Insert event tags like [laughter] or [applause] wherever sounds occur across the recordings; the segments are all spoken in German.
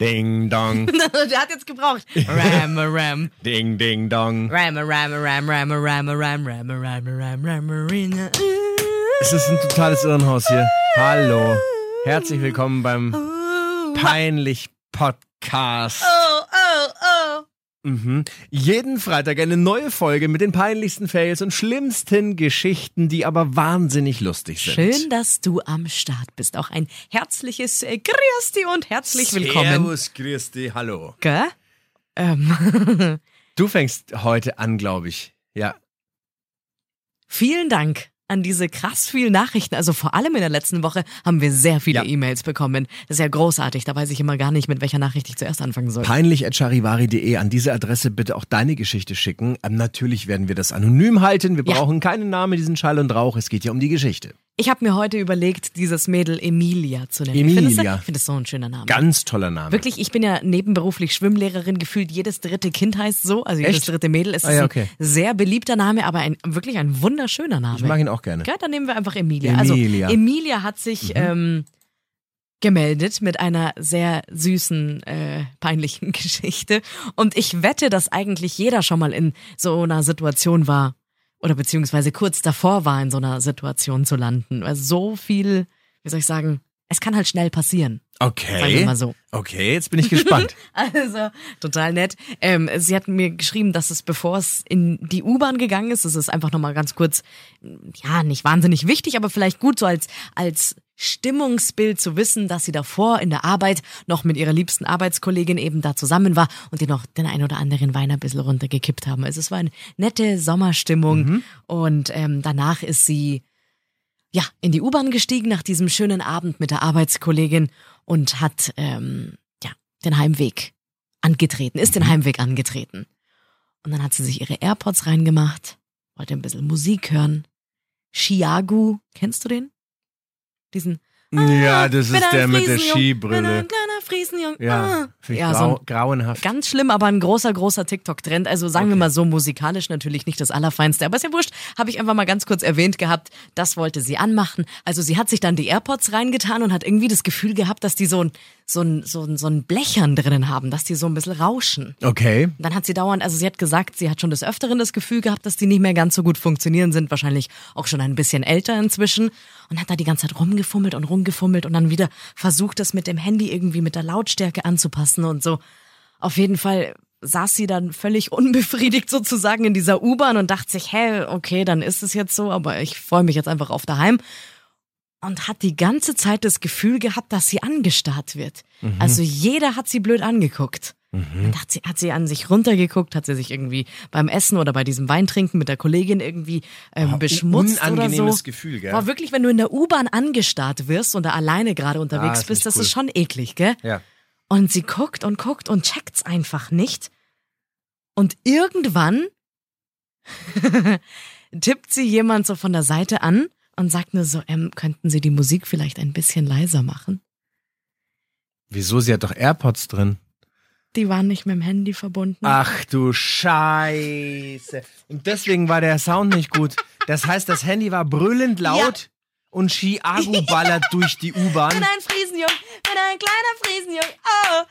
Ding dong, [laughs] Der hat jetzt gebraucht. Ram, ram. ding ding dong. Ram, ram, ram, ram, ram, ram, ram, ram, ram, ram, Marina. [laughs] Es ist ein totales Irrenhaus hier. Hallo. Herzlich willkommen beim Oh, Peinlich Podcast. oh, oh. Mhm. Jeden Freitag eine neue Folge mit den peinlichsten Fails und schlimmsten Geschichten, die aber wahnsinnig lustig sind. Schön, dass du am Start bist. Auch ein herzliches äh, Grüß dich und herzlich willkommen. Servus, Christi, hallo. Gell? Ähm, Du fängst heute an, glaube ich. Ja. vielen Dank an diese krass vielen Nachrichten. Also vor allem in der letzten Woche haben wir sehr viele Ja. E-Mails bekommen. Das ist ja großartig. Da weiß ich immer gar nicht, mit welcher Nachricht ich zuerst anfangen soll. Peinlich.charivari.de. An diese Adresse bitte auch deine Geschichte schicken. Ähm, natürlich werden wir das anonym halten. Wir Ja. brauchen keinen Namen, diesen Schall und Rauch. Es geht ja um die Geschichte. Ich habe mir heute überlegt, dieses Mädel Emilia zu nennen. Ich finde Emilia. das, ich find das so ein schöner Name. Ganz toller Name. Wirklich, ich bin ja nebenberuflich Schwimmlehrerin, gefühlt jedes dritte Kind heißt so, also jedes Echt? dritte Mädel. Es ist Ah ja, okay. ein sehr beliebter Name, aber ein, wirklich ein wunderschöner Name. Ich mag ihn auch gerne. Gell, dann nehmen wir einfach Emilia. Emilia. Mhm. Also Emilia hat sich ähm, gemeldet mit einer sehr süßen, äh, peinlichen [laughs] Geschichte. Und ich wette, dass eigentlich jeder schon mal in so einer Situation war oder beziehungsweise kurz davor war, in so einer Situation zu landen. Also so viel, wie soll ich sagen, es kann halt schnell passieren. Sagen wir Okay. mal so. Okay, jetzt bin ich gespannt. [laughs] Also, total nett. Ähm, sie hat mir geschrieben, dass es, bevor es in die U-Bahn gegangen ist, das ist einfach nochmal ganz kurz, ja, nicht wahnsinnig wichtig, aber vielleicht gut so als, als Stimmungsbild zu wissen, dass sie davor in der Arbeit noch mit ihrer liebsten Arbeitskollegin eben da zusammen war und die noch den ein oder anderen Wein ein bisschen runtergekippt haben. Also es war eine nette Sommerstimmung [laughs] Mhm. und ähm, danach ist sie ja, in die U-Bahn gestiegen nach diesem schönen Abend mit der Arbeitskollegin und hat ähm, ja, den Heimweg angetreten, ist den Heimweg angetreten. Und dann hat sie sich ihre AirPods reingemacht, wollte ein bisschen Musik hören. Chiagu, kennst du den? Diesen ja, Ah, das Bin ist ein der mit der Friesenjung, bin Skibrille. ein kleiner Friesenjung. Ja, ah. finde ich ja, so grau ein grauenhaft. Ganz schlimm, aber ein großer, großer TikTok-Trend. Also sagen wir mal so musikalisch natürlich nicht das Allerfeinste, aber ist ja wurscht. Habe ich einfach mal ganz kurz erwähnt gehabt. Das wollte sie anmachen. Also sie hat sich dann die AirPods reingetan und hat irgendwie das Gefühl gehabt, dass die so ein, so ein, so ein, so ein Blechern drinnen haben, dass die so ein bisschen rauschen. Okay. Und Dann hat sie dauernd, also sie hat gesagt, sie hat schon des Öfteren das Gefühl gehabt, dass die nicht mehr ganz so gut funktionieren, sind wahrscheinlich auch schon ein bisschen älter inzwischen und hat da die ganze Zeit rumgefummelt und rumgefummelt und dann wieder versucht, das mit dem Handy irgendwie mit der Lautstärke anzupassen und so. Auf jeden Fall saß sie dann völlig unbefriedigt sozusagen in dieser U-Bahn und dachte sich, hä, okay, dann ist es jetzt so, aber ich freue mich jetzt einfach auf daheim und hat die ganze Zeit das Gefühl gehabt, dass sie angestarrt wird. Mhm. Also jeder hat sie blöd angeguckt. Dann hat sie, hat sie an sich runtergeguckt, hat sie sich irgendwie beim Essen oder bei diesem Weintrinken mit der Kollegin irgendwie ähm, beschmutzt oder Ah, unangenehmes so. Gefühl, gell? War wirklich, wenn du in der U-Bahn angestarrt wirst und da alleine gerade unterwegs Ah, ist bist, nicht das cool. ist schon eklig, gell? Ja. Und sie guckt und guckt und checkt's einfach nicht. Und irgendwann [laughs] tippt sie jemand so von der Seite an und sagt nur so, ähm, könnten Sie die Musik vielleicht ein bisschen leiser machen? Wieso? Sie hat doch AirPods Hm. drin. Die waren nicht mit dem Handy verbunden. Ach du Scheiße. Und deswegen war der Sound nicht gut. Das heißt, das Handy war brüllend laut und Chiago [laughs] ballert durch die U-Bahn. ein Friesenjung, bin ein kleiner Friesenjung. Oh.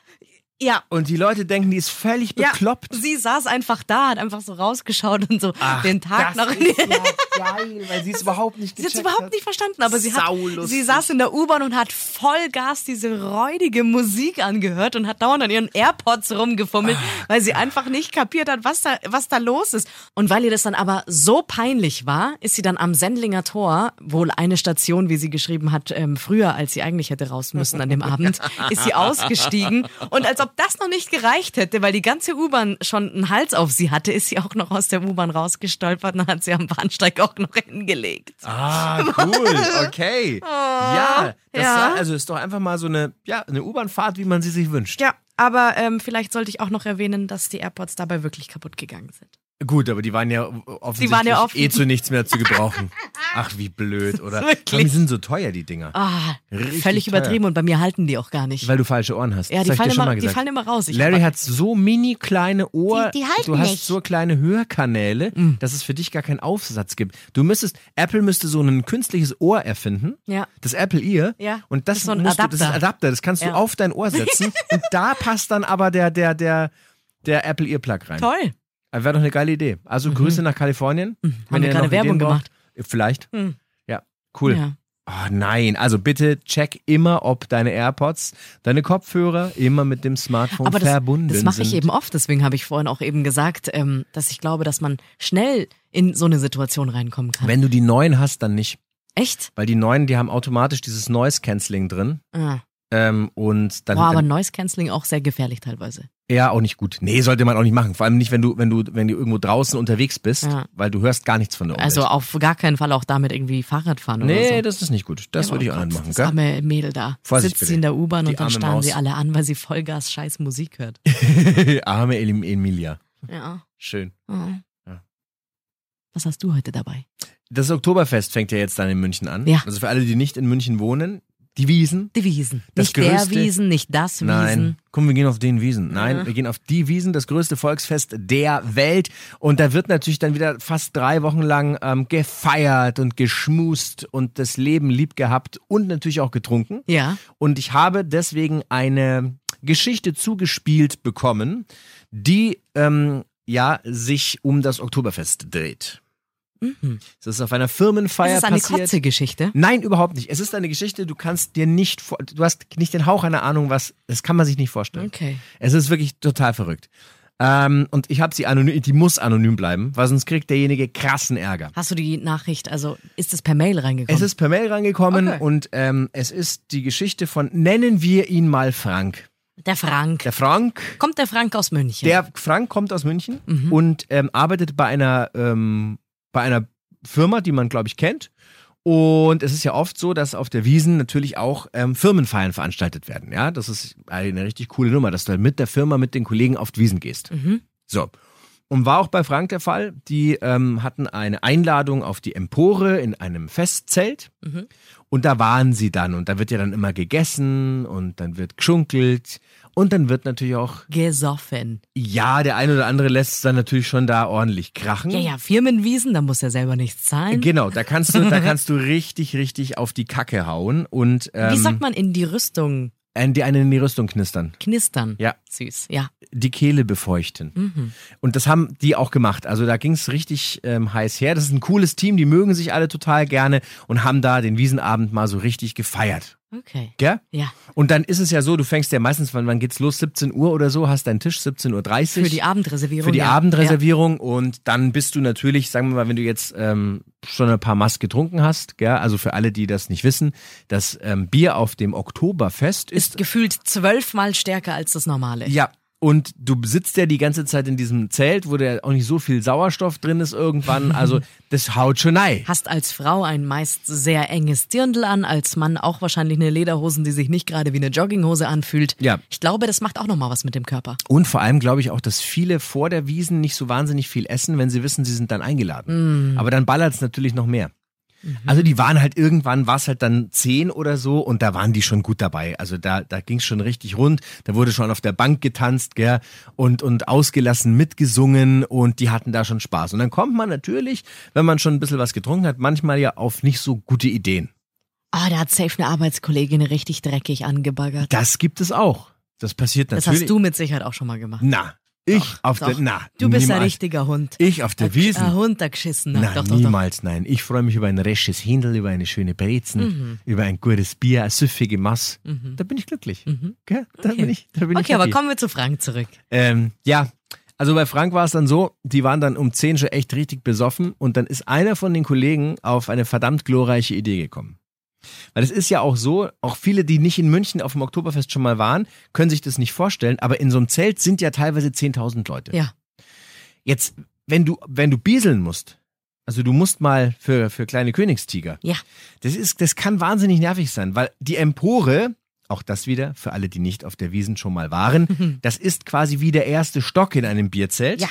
Ja. Und die Leute denken, die ist völlig Ja, bekloppt. sie saß einfach da, hat einfach so rausgeschaut und so Ach, den Tag das noch in die ist ja geil, weil sie es überhaupt nicht Sie hat gecheckt es überhaupt nicht verstanden, aber sie, hat, Saulustig. sie saß in der U-Bahn und hat Vollgas diese räudige Musik angehört und hat dauernd an ihren AirPods rumgefummelt, Ah. weil sie einfach nicht kapiert hat, was da, was da los ist. Und weil ihr das dann aber so peinlich war, ist sie dann am Sendlinger Tor, wohl eine Station, wie sie [laughs] geschrieben hat, ähm, früher, als sie eigentlich hätte raus müssen an dem Abend, ist sie ausgestiegen. Und als ob ob das noch nicht gereicht hätte, weil die ganze U-Bahn schon einen Hals auf sie hatte, ist sie auch noch aus der U-Bahn rausgestolpert und hat sie am Bahnsteig auch noch [laughs] hingelegt. [laughs] Ah, cool, okay. ja, das Ah, ja. War, also ist doch einfach mal so eine, ja, eine U-Bahn-Fahrt, wie man sie sich wünscht. Ja, aber ähm, vielleicht sollte ich auch noch erwähnen, dass die AirPods dabei wirklich kaputt gegangen sind. Gut, aber die waren ja offensichtlich waren ja offen. eh zu nichts mehr zu gebrauchen. Ach, [laughs] wie blöd, oder? Wirklich. Vor allem, Die sind so teuer, die Dinger. Ah, Richtig völlig teuer. übertrieben und bei mir halten die auch gar nicht. Weil du falsche Ohren hast. ja, das die hab ich fallen, dir schon immer, mal die gesagt. fallen immer raus. Ich Larry hat so mini kleine Ohr, Die- die halten du hast nicht. so kleine Hörkanäle, Mm. dass es für dich gar keinen Aufsatz gibt. Du müsstest, Apple müsste so ein künstliches Ohr erfinden, Ja. das Apple Ear, Ja. und das, Das ist so ein musst Du, das ist ein Adapter. Adapter, das kannst Ja. du auf dein [laughs] Ohr setzen und da passt dann aber der, der, der, der Apple Ear Plug rein. toll. Mhm. Wäre doch eine geile Idee. Also Grüße nach Kalifornien. Haben wir ihr gerade noch Werbung Ideen gemacht. braucht. Äh, Vielleicht. Mhm. Ja, cool. Ja. Ah, nein, also bitte check immer, ob deine AirPods, deine Kopfhörer immer mit dem Smartphone Aber das, verbunden das mache ich sind. eben oft, deswegen habe ich vorhin auch eben gesagt, ähm, dass ich glaube, dass man schnell in so eine Situation reinkommen kann. Wenn du die neuen hast, dann nicht. Echt? Weil die neuen, die haben automatisch dieses Noise Cancelling drin. Ah. Ähm, und dann, Boah, aber dann Noise Cancelling auch sehr gefährlich teilweise. ja auch nicht gut. Nee, sollte man auch nicht machen. Vor allem nicht, wenn du, wenn du, wenn du irgendwo draußen unterwegs bist, Ja. weil du hörst gar nichts von der Umwelt. Also auf gar keinen Fall auch damit irgendwie Fahrrad fahren nee, oder so. oh das ist nicht gut. Das würde ich auch nicht machen, Das gell? arme Mädel da. Vorsicht Sitzt bitte. sie in der U-Bahn Die und dann arme starren sie Maus. alle an, weil sie Vollgas scheiß Musik [laughs] hört. Arme Elim- Emilia. Ja. Schön. Oh. Ja. Was hast du heute dabei? Das Oktoberfest fängt ja jetzt dann in München an. Ja. Also für alle, die nicht in München wohnen, die Wiesen. Die Wiesen. Das nicht der größte- Wiesen, nicht das Wiesen. Nein, komm, wir gehen auf den Wiesen. Nein, wir gehen auf die Wiesen, das größte Volksfest der Welt. Und da wird natürlich dann wieder fast drei Wochen lang ähm, gefeiert und geschmust und das Leben lieb gehabt und natürlich auch getrunken. Ja. Und ich habe deswegen eine Geschichte zugespielt bekommen, die ähm, ja sich um das Oktoberfest dreht. Es ist auf einer Firmenfeier Das Mhm. ist eine passiert. Mhm. Kotze-Geschichte. Nein, überhaupt nicht. Es ist eine Geschichte, du kannst dir nicht vor du hast nicht den Hauch einer Ahnung, was das kann man sich nicht vorstellen. Okay. Es ist wirklich total verrückt. Ähm, und ich habe sie anonym, die muss anonym bleiben, weil sonst kriegt derjenige krassen Ärger. Hast du die Nachricht, also ist es per Mail reingekommen? Es ist per Mail reingekommen Okay. und ähm, es ist die Geschichte von nennen wir ihn mal Frank. der Frank. Der Frank, Kommt der Frank aus München? Mhm. der Frank kommt aus München und ähm, arbeitet bei einer ähm, bei einer Firma, die man glaube ich kennt. Und es ist ja oft so, dass auf der Wiesen natürlich auch ähm, Firmenfeiern veranstaltet werden. Ja, das ist eine richtig coole Nummer, dass du halt mit der Firma, mit den Kollegen auf die Wiesen gehst. Mhm. So. Und war auch bei Frank der Fall. Die ähm, hatten eine Einladung auf die Empore in einem Festzelt. Mhm. Und da waren sie dann. Und da wird ja dann immer gegessen und dann wird geschunkelt. Und dann wird natürlich auch, Gesoffen. ja, der ein oder andere lässt es dann natürlich schon da ordentlich krachen. Ja, ja, Firmenwiesen, da muss er selber nichts zahlen. Genau, da kannst [laughs] du, da kannst du richtig, richtig auf die Kacke hauen und ähm, Wie sagt man in die Rüstung einen- die einen in die Rüstung knistern. knistern? Ja. Süß, ja. die Kehle befeuchten. Mhm. Und das haben die auch gemacht. Also da ging's richtig ähm, heiß her. Das ist ein cooles Team, die mögen sich alle total gerne und haben da den Wiesenabend mal so richtig gefeiert. Okay. Gell? Ja, Und dann ist es ja so, du fängst ja meistens, wann, wann geht's los? 17 Uhr oder so, hast deinen Tisch, 17.30 Uhr. für die Abendreservierung. Für die ja. Abendreservierung und dann bist du natürlich, sagen wir mal, wenn du jetzt ähm, schon ein paar Maß getrunken hast, gell, also für alle, die das nicht wissen, das ähm, Bier auf dem Oktoberfest Ja. Ist gefühlt zwölfmal stärker als das normale. ja. Und du sitzt ja die ganze Zeit in diesem Zelt, wo da auch nicht so viel Sauerstoff drin ist [laughs] irgendwann. Also das haut schon rein. Hast als Frau ein meist sehr enges Dirndl an, als Mann auch wahrscheinlich eine Lederhosen, die sich nicht gerade wie eine Jogginghose anfühlt. Ja. Ich glaube, das macht auch nochmal was mit dem Körper. Und vor allem glaube ich auch, dass viele vor der Wiesen nicht so wahnsinnig viel essen, wenn sie wissen, sie sind dann Mm. eingeladen. Aber dann ballert es natürlich noch mehr. Mhm. Also die waren halt irgendwann, war es halt dann zehn oder so und da waren die schon gut dabei. Also da, da ging es schon richtig rund, da wurde schon auf der Bank getanzt, gell, und, und ausgelassen mitgesungen und die hatten da schon Spaß. Und dann kommt man natürlich, wenn man schon ein bisschen was getrunken hat, manchmal ja auf nicht so gute Ideen. Ah, da hat safe eine Arbeitskollegin richtig dreckig angebaggert. Das gibt es auch. Das passiert Das hast natürlich. du mit Sicherheit auch schon mal gemacht. Na, ich auf Doch. der, na. Du bist ein niemals. richtiger Hund. Ich auf der Wiesen. Ein Hund, der geschissen hat. Nein, doch, doch, doch. niemals, nein. Ich freue mich über ein resches Händel, über eine schöne Brezen, Mhm. über ein gutes Bier, eine süffige Mass. Da bin ich glücklich. Gell? Da bin ich, da bin ich Mhm. Okay, aber happy. kommen wir zu Frank zurück. Ähm, ja, also bei Frank war es dann so, die waren dann um 10 schon echt richtig besoffen und dann ist einer von den Kollegen auf eine verdammt glorreiche Idee gekommen. Weil es ist ja auch so, auch viele, die nicht in München auf dem Oktoberfest schon mal waren, können sich das nicht vorstellen, aber in so einem Zelt sind ja teilweise 10.000 Leute. Ja. Jetzt, wenn du, wenn du bieseln musst, also du musst mal für, für kleine Königstiger, Ja. das ist, das kann wahnsinnig nervig sein, weil die Empore, auch das wieder, für alle, die nicht auf der Wiesen schon mal waren, das ist quasi wie der erste Stock in einem Bierzelt. Mhm. Ja.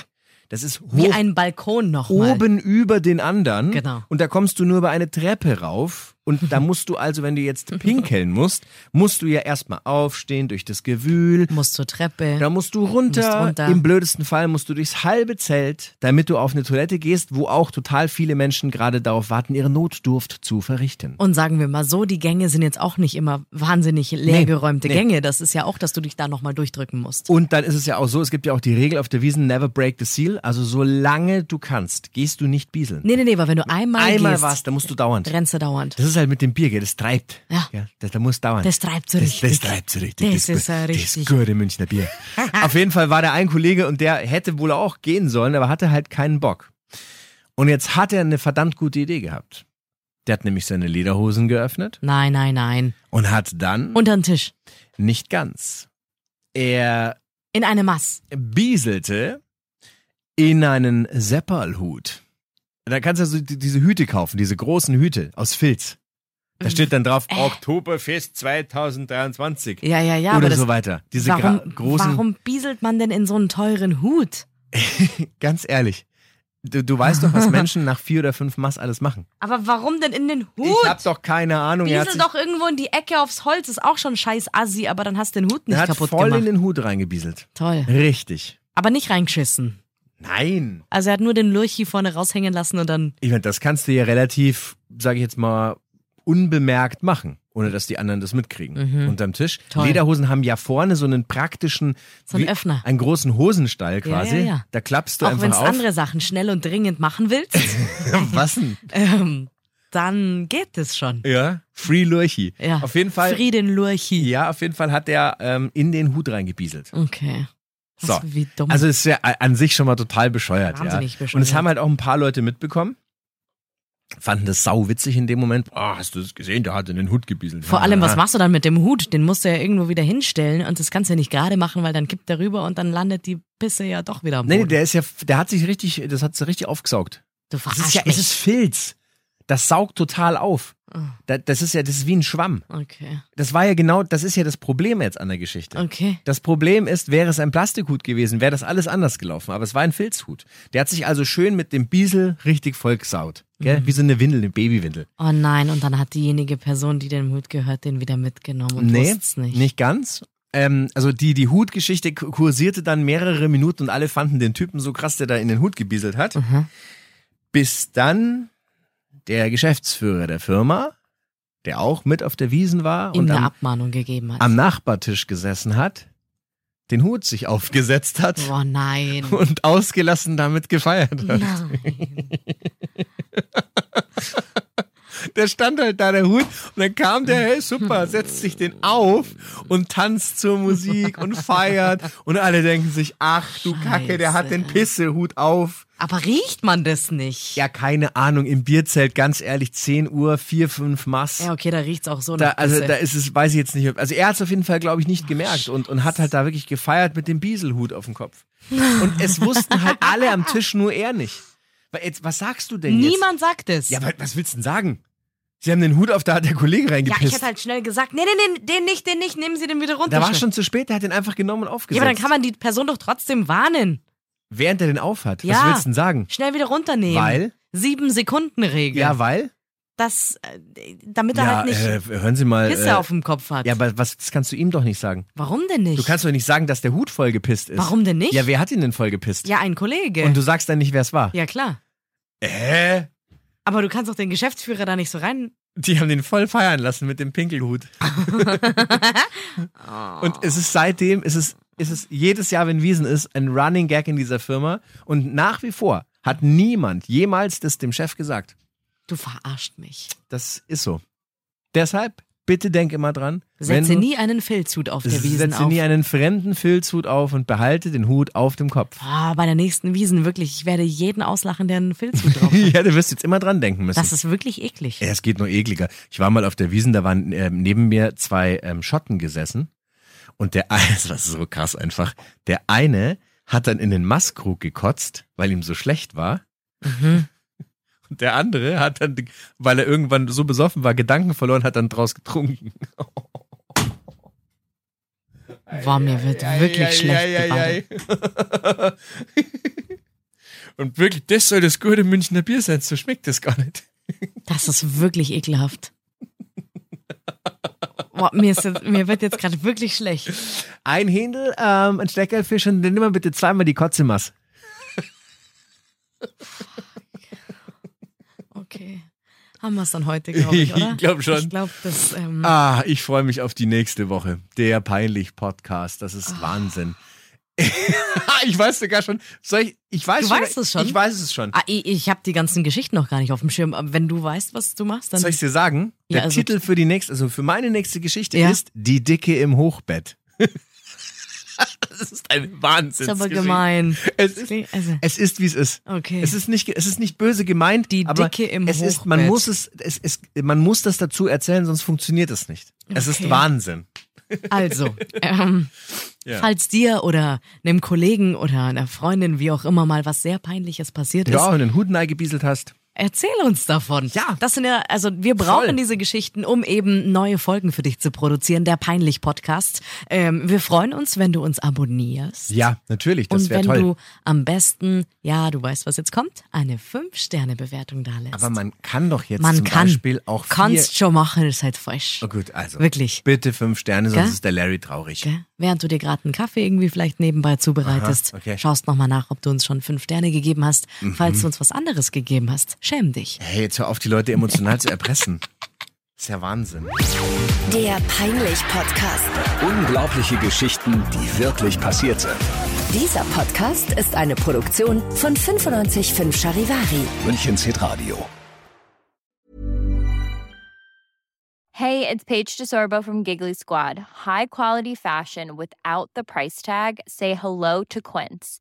Das ist Wie hoch ein Balkon nochmal. oben über den anderen. Genau. Und da kommst du nur über eine Treppe rauf. Und [laughs] da musst du also, wenn du jetzt pinkeln musst, musst du ja erstmal aufstehen durch das Gewühl. Muss zur Treppe. Da musst du runter. Musst runter. Im blödesten Fall musst du durchs halbe Zelt, damit du auf eine Toilette gehst, wo auch total viele Menschen gerade darauf warten, ihre Notdurft zu verrichten. Und sagen wir mal so, die Gänge sind jetzt auch nicht immer wahnsinnig leergeräumte nee. Gänge. Das ist ja auch, dass du dich da nochmal durchdrücken musst. Und dann ist es ja auch so, es gibt ja auch die Regel auf der Wiesen, never break the seal. Also solange du kannst, gehst du nicht bieseln. Nee, nee, nee, weil wenn du einmal, Einmal gehst, was, da musst du dauernd. rennst du dauernd. Das ist halt mit dem Bier, gell, das treibt. Ja. das, da muss dauern. Das treibt so das, richtig. Das treibt so richtig. Das ist ja richtig. Das gute [laughs] Münchner Bier. Auf jeden Fall war da ein Kollege und der hätte wohl auch gehen sollen, aber hatte halt keinen Bock. Und jetzt hat er eine verdammt gute Idee gehabt. Der hat nämlich seine Lederhosen geöffnet Nein, nein, nein. und hat dann, Unter den Tisch. nicht ganz, er In eine Mass. bieselte in einen Seppalhut. Da kannst du so die- diese Hüte kaufen, diese großen Hüte aus Filz. Mhm. Da steht dann Äh. drauf Oktoberfest 2023 Ja, ja, ja. aber oder das, so weiter. Diese warum, gra- großen, warum bieselt man denn in so einen teuren Hut? ganz ehrlich, du, du weißt doch, was Menschen nach vier oder fünf Mass alles machen. Aber warum denn in den Hut? Ich hab doch keine Ahnung. er hat Biesel sich, doch irgendwo in die Ecke aufs Holz, ist auch schon scheiß Assi, aber dann hast du den Hut er nicht hat kaputt voll in gemacht. den Hut reingebieselt. Toll. Richtig. Aber nicht reingeschissen. Nein. Also er hat nur den Lurchi vorne raushängen lassen und dann. Ich meine, das kannst du ja relativ, sage ich jetzt mal, unbemerkt machen, ohne dass die anderen das mitkriegen. Unterm Tisch. Mhm. Toll. Lederhosen haben ja vorne so einen praktischen, So einen Öffner. einen großen Hosenstall quasi. ja, ja. Da klappst du Auch wenn einfach es auf. [laughs] andere Sachen schnell und dringend machen willst, Was denn? ähm, dann geht es schon. Ja. Free Lurchi. Ja. Auf jeden Fall. Frieden Lurchi. Ja, auf jeden Fall hat er ähm, in den Hut reingebieselt. Okay. So. Was, wie dumm. Also es ist ja a- an sich schon mal total bescheuert. Ja. Wahnsinnig bescheuert. Und es haben halt auch ein paar Leute mitbekommen. Fanden das sau witzig in dem Moment. Ah, hast du das gesehen? Der hat in den Hut gebieselt. Vor allem, was Ah. machst du dann mit dem Hut? Den musst du ja irgendwo wieder hinstellen und das kannst du ja nicht gerade machen, weil dann kippt der rüber und dann landet die Pisse ja doch wieder am Nee, Boden. nee, der ist ja, der hat sich richtig, das hat sich richtig aufgesaugt. du Das verarsch ist ja, mich. es ist Filz. Das saugt total auf. Oh. Da- Das ist ja, das ist wie ein Schwamm. okay, Das war ja genau, das ist ja das Problem jetzt an der Geschichte. okay. Das Problem ist, wäre es ein Plastikhut gewesen, wäre das alles anders gelaufen. Aber es war ein Filzhut. Der hat sich also schön mit dem Biesel richtig voll gesaut. Gell? Mhm. Wie so eine Windel, eine Babywindel. Oh nein, und dann hat diejenige Person, die den Hut gehört, den wieder mitgenommen und wusste's nicht. nicht ganz. Ähm, also die, die Hutgeschichte ku- kursierte dann mehrere Minuten und alle fanden den Typen so krass, der da in den Hut gebieselt hat. Mhm. Bis dann der Geschäftsführer der Firma, der auch mit auf der Wiesen war Ihm und eine am, Abmahnung gegeben hat. am Nachbartisch gesessen hat, den Hut sich aufgesetzt hat. oh nein. [laughs] und ausgelassen damit gefeiert hat. Nein. Der stand halt da, der Hut, und dann kam der, hey, super, setzt sich den auf und tanzt zur Musik [laughs] und feiert. Und alle denken sich, ach du Kacke, der hat den Pissehut auf. Aber riecht man das nicht? Ja, keine Ahnung, im Bierzelt, ganz ehrlich, 10 Uhr, 4, 5 Mass. Ja, okay, da riecht's auch so Da, nach also Pisse. da ist es, weiß ich jetzt nicht. ob- Also er hat es auf jeden Fall, glaube ich, nicht gemerkt und, und hat halt da wirklich gefeiert mit dem Bieselhut auf dem Kopf. Und es wussten halt alle am Tisch, nur er nicht. Weil Jetzt, was sagst du denn jetzt? Niemand sagt es. Ja, aber was willst du denn sagen? Sie haben den Hut auf, da hat der Kollege Ja, reingepisst. ich hätte halt schnell gesagt, nee, nee, nee, den nicht, den nicht, nehmen Sie den wieder runter. da war es schnell. schon zu spät, der hat den einfach genommen und Ja, aufgesetzt. aber dann kann man die Person doch trotzdem warnen. Während er den aufhat, was Ja. willst du denn sagen? Schnell wieder runternehmen. Weil? Sieben Sekunden Regel. Ja, weil? das, äh, damit er ja, halt nicht äh, hören Sie mal. Pisse äh, auf dem Kopf hat. ja, aber was, das kannst du ihm doch nicht sagen. Warum denn nicht? Du kannst doch nicht sagen, dass der Hut vollgepisst ist. Warum denn nicht? Ja, wer hat ihn denn vollgepisst? ja, ein Kollege. Und du sagst dann nicht, wer es war. ja, klar. Hä? Aber du kannst doch den Geschäftsführer da nicht so rein. Die haben den voll feiern lassen mit [laughs] dem Pinkelhut. [laughs] und es ist seitdem, es ist, es ist jedes Jahr, wenn Wiesen ist, ein Running Gag in dieser Firma. Und nach wie vor hat niemand jemals das dem Chef gesagt. Du verarscht mich. Das ist so. Deshalb bitte denk immer dran. wenn Setze du- nie einen Filzhut auf der Wiesen Setze auf. nie einen fremden Filzhut auf und behalte den Hut auf dem Kopf. Ah, bei der nächsten Wiesen, wirklich. Ich werde jeden auslachen, der einen Filzhut drauf hat. [laughs] ja, du wirst jetzt immer dran denken müssen. Das ist wirklich eklig. Ja, es geht nur ekliger. Ich war mal auf der Wiesen, da waren ähm, neben mir zwei ähm, Schotten gesessen. Und der eine, [laughs] das war so krass einfach, der eine hat dann in den Mastkrug gekotzt, weil ihm so schlecht war. Mhm. [laughs] Und der andere hat dann, weil er irgendwann so besoffen war, Gedanken verloren, hat dann draus getrunken. War mir wird wirklich schlecht. gebadet. ei. [laughs] Und wirklich, das soll das gute Münchner Bier sein, so schmeckt das gar nicht. Das ist wirklich ekelhaft. Boah, mir, ist jetzt, mir wird jetzt gerade wirklich schlecht. Ein Händel, ähm, ein Steckerfisch und dann nimm mal bitte zweimal die Kotzimas. Okay. Haben wir es dann heute, glaube ich, oder? [laughs] Ich glaub schon. Ich glaube, das. Ähm, Ah, ich freue mich auf die nächste Woche. Der peinlich Podcast, das Ah. ist Wahnsinn. [laughs] ich weiß sogar schon, soll ich, ich weiß Du schon, weißt es schon? Ich weiß es schon. ah, ich ich habe die ganzen Geschichten noch gar nicht auf dem Schirm. Aber wenn du weißt, was du machst, dann. Soll ich dir sagen? Ja, Der also- Titel für die nächste, also für meine nächste Geschichte Ja. ist Die Dicke im Hochbett. [laughs] das ist ein Wahnsinn. ist aber [laughs] gemein. Es ist, Klingt- Also, es ist, wie es ist. okay. Es ist nicht, ge- es ist nicht böse gemeint. Die aber Dicke im es ist, man Hochbett. muss es, es, es, man muss das dazu erzählen, sonst funktioniert es nicht. Es ist Okay. Wahnsinn. Also, ähm, Ja. falls dir oder einem Kollegen oder einer Freundin, wie auch immer, mal was sehr Peinliches passiert ist, Ja, und den Hut gebieselt hast. erzähl uns davon. Ja. Das sind ja, also wir brauchen Voll. diese Geschichten, um eben neue Folgen für dich zu produzieren, der Peinlich-Podcast. Ähm, wir freuen uns, wenn du uns abonnierst. Ja, natürlich, das Und wäre wenn toll. du am besten, ja, du weißt, was jetzt kommt, eine 5-Sterne-Bewertung da lässt. Aber man kann doch jetzt Man zum kann. Beispiel auch Kannst vier... schon machen, ist halt falsch. Oh gut, also. Wirklich. Bitte fünf Sterne, sonst Gell? ist der Larry traurig. Gell? Während du dir gerade einen Kaffee irgendwie vielleicht nebenbei zubereitest, Aha, okay. Mhm. schaust nochmal nach, ob du uns schon fünf Sterne gegeben hast. Falls du uns was anderes gegeben hast, schäm dich. Hey, jetzt hör auf, die Leute emotional zu erpressen. Ist ja Wahnsinn. Der Peinlich-Podcast. Unglaubliche Geschichten, die wirklich passiert sind. Dieser Podcast ist eine Produktion von 955 Charivari. Münchens Hitradio. Hey, it's Paige DeSorbo from Giggly Squad. High quality fashion without the price tag. Say hello to Quince.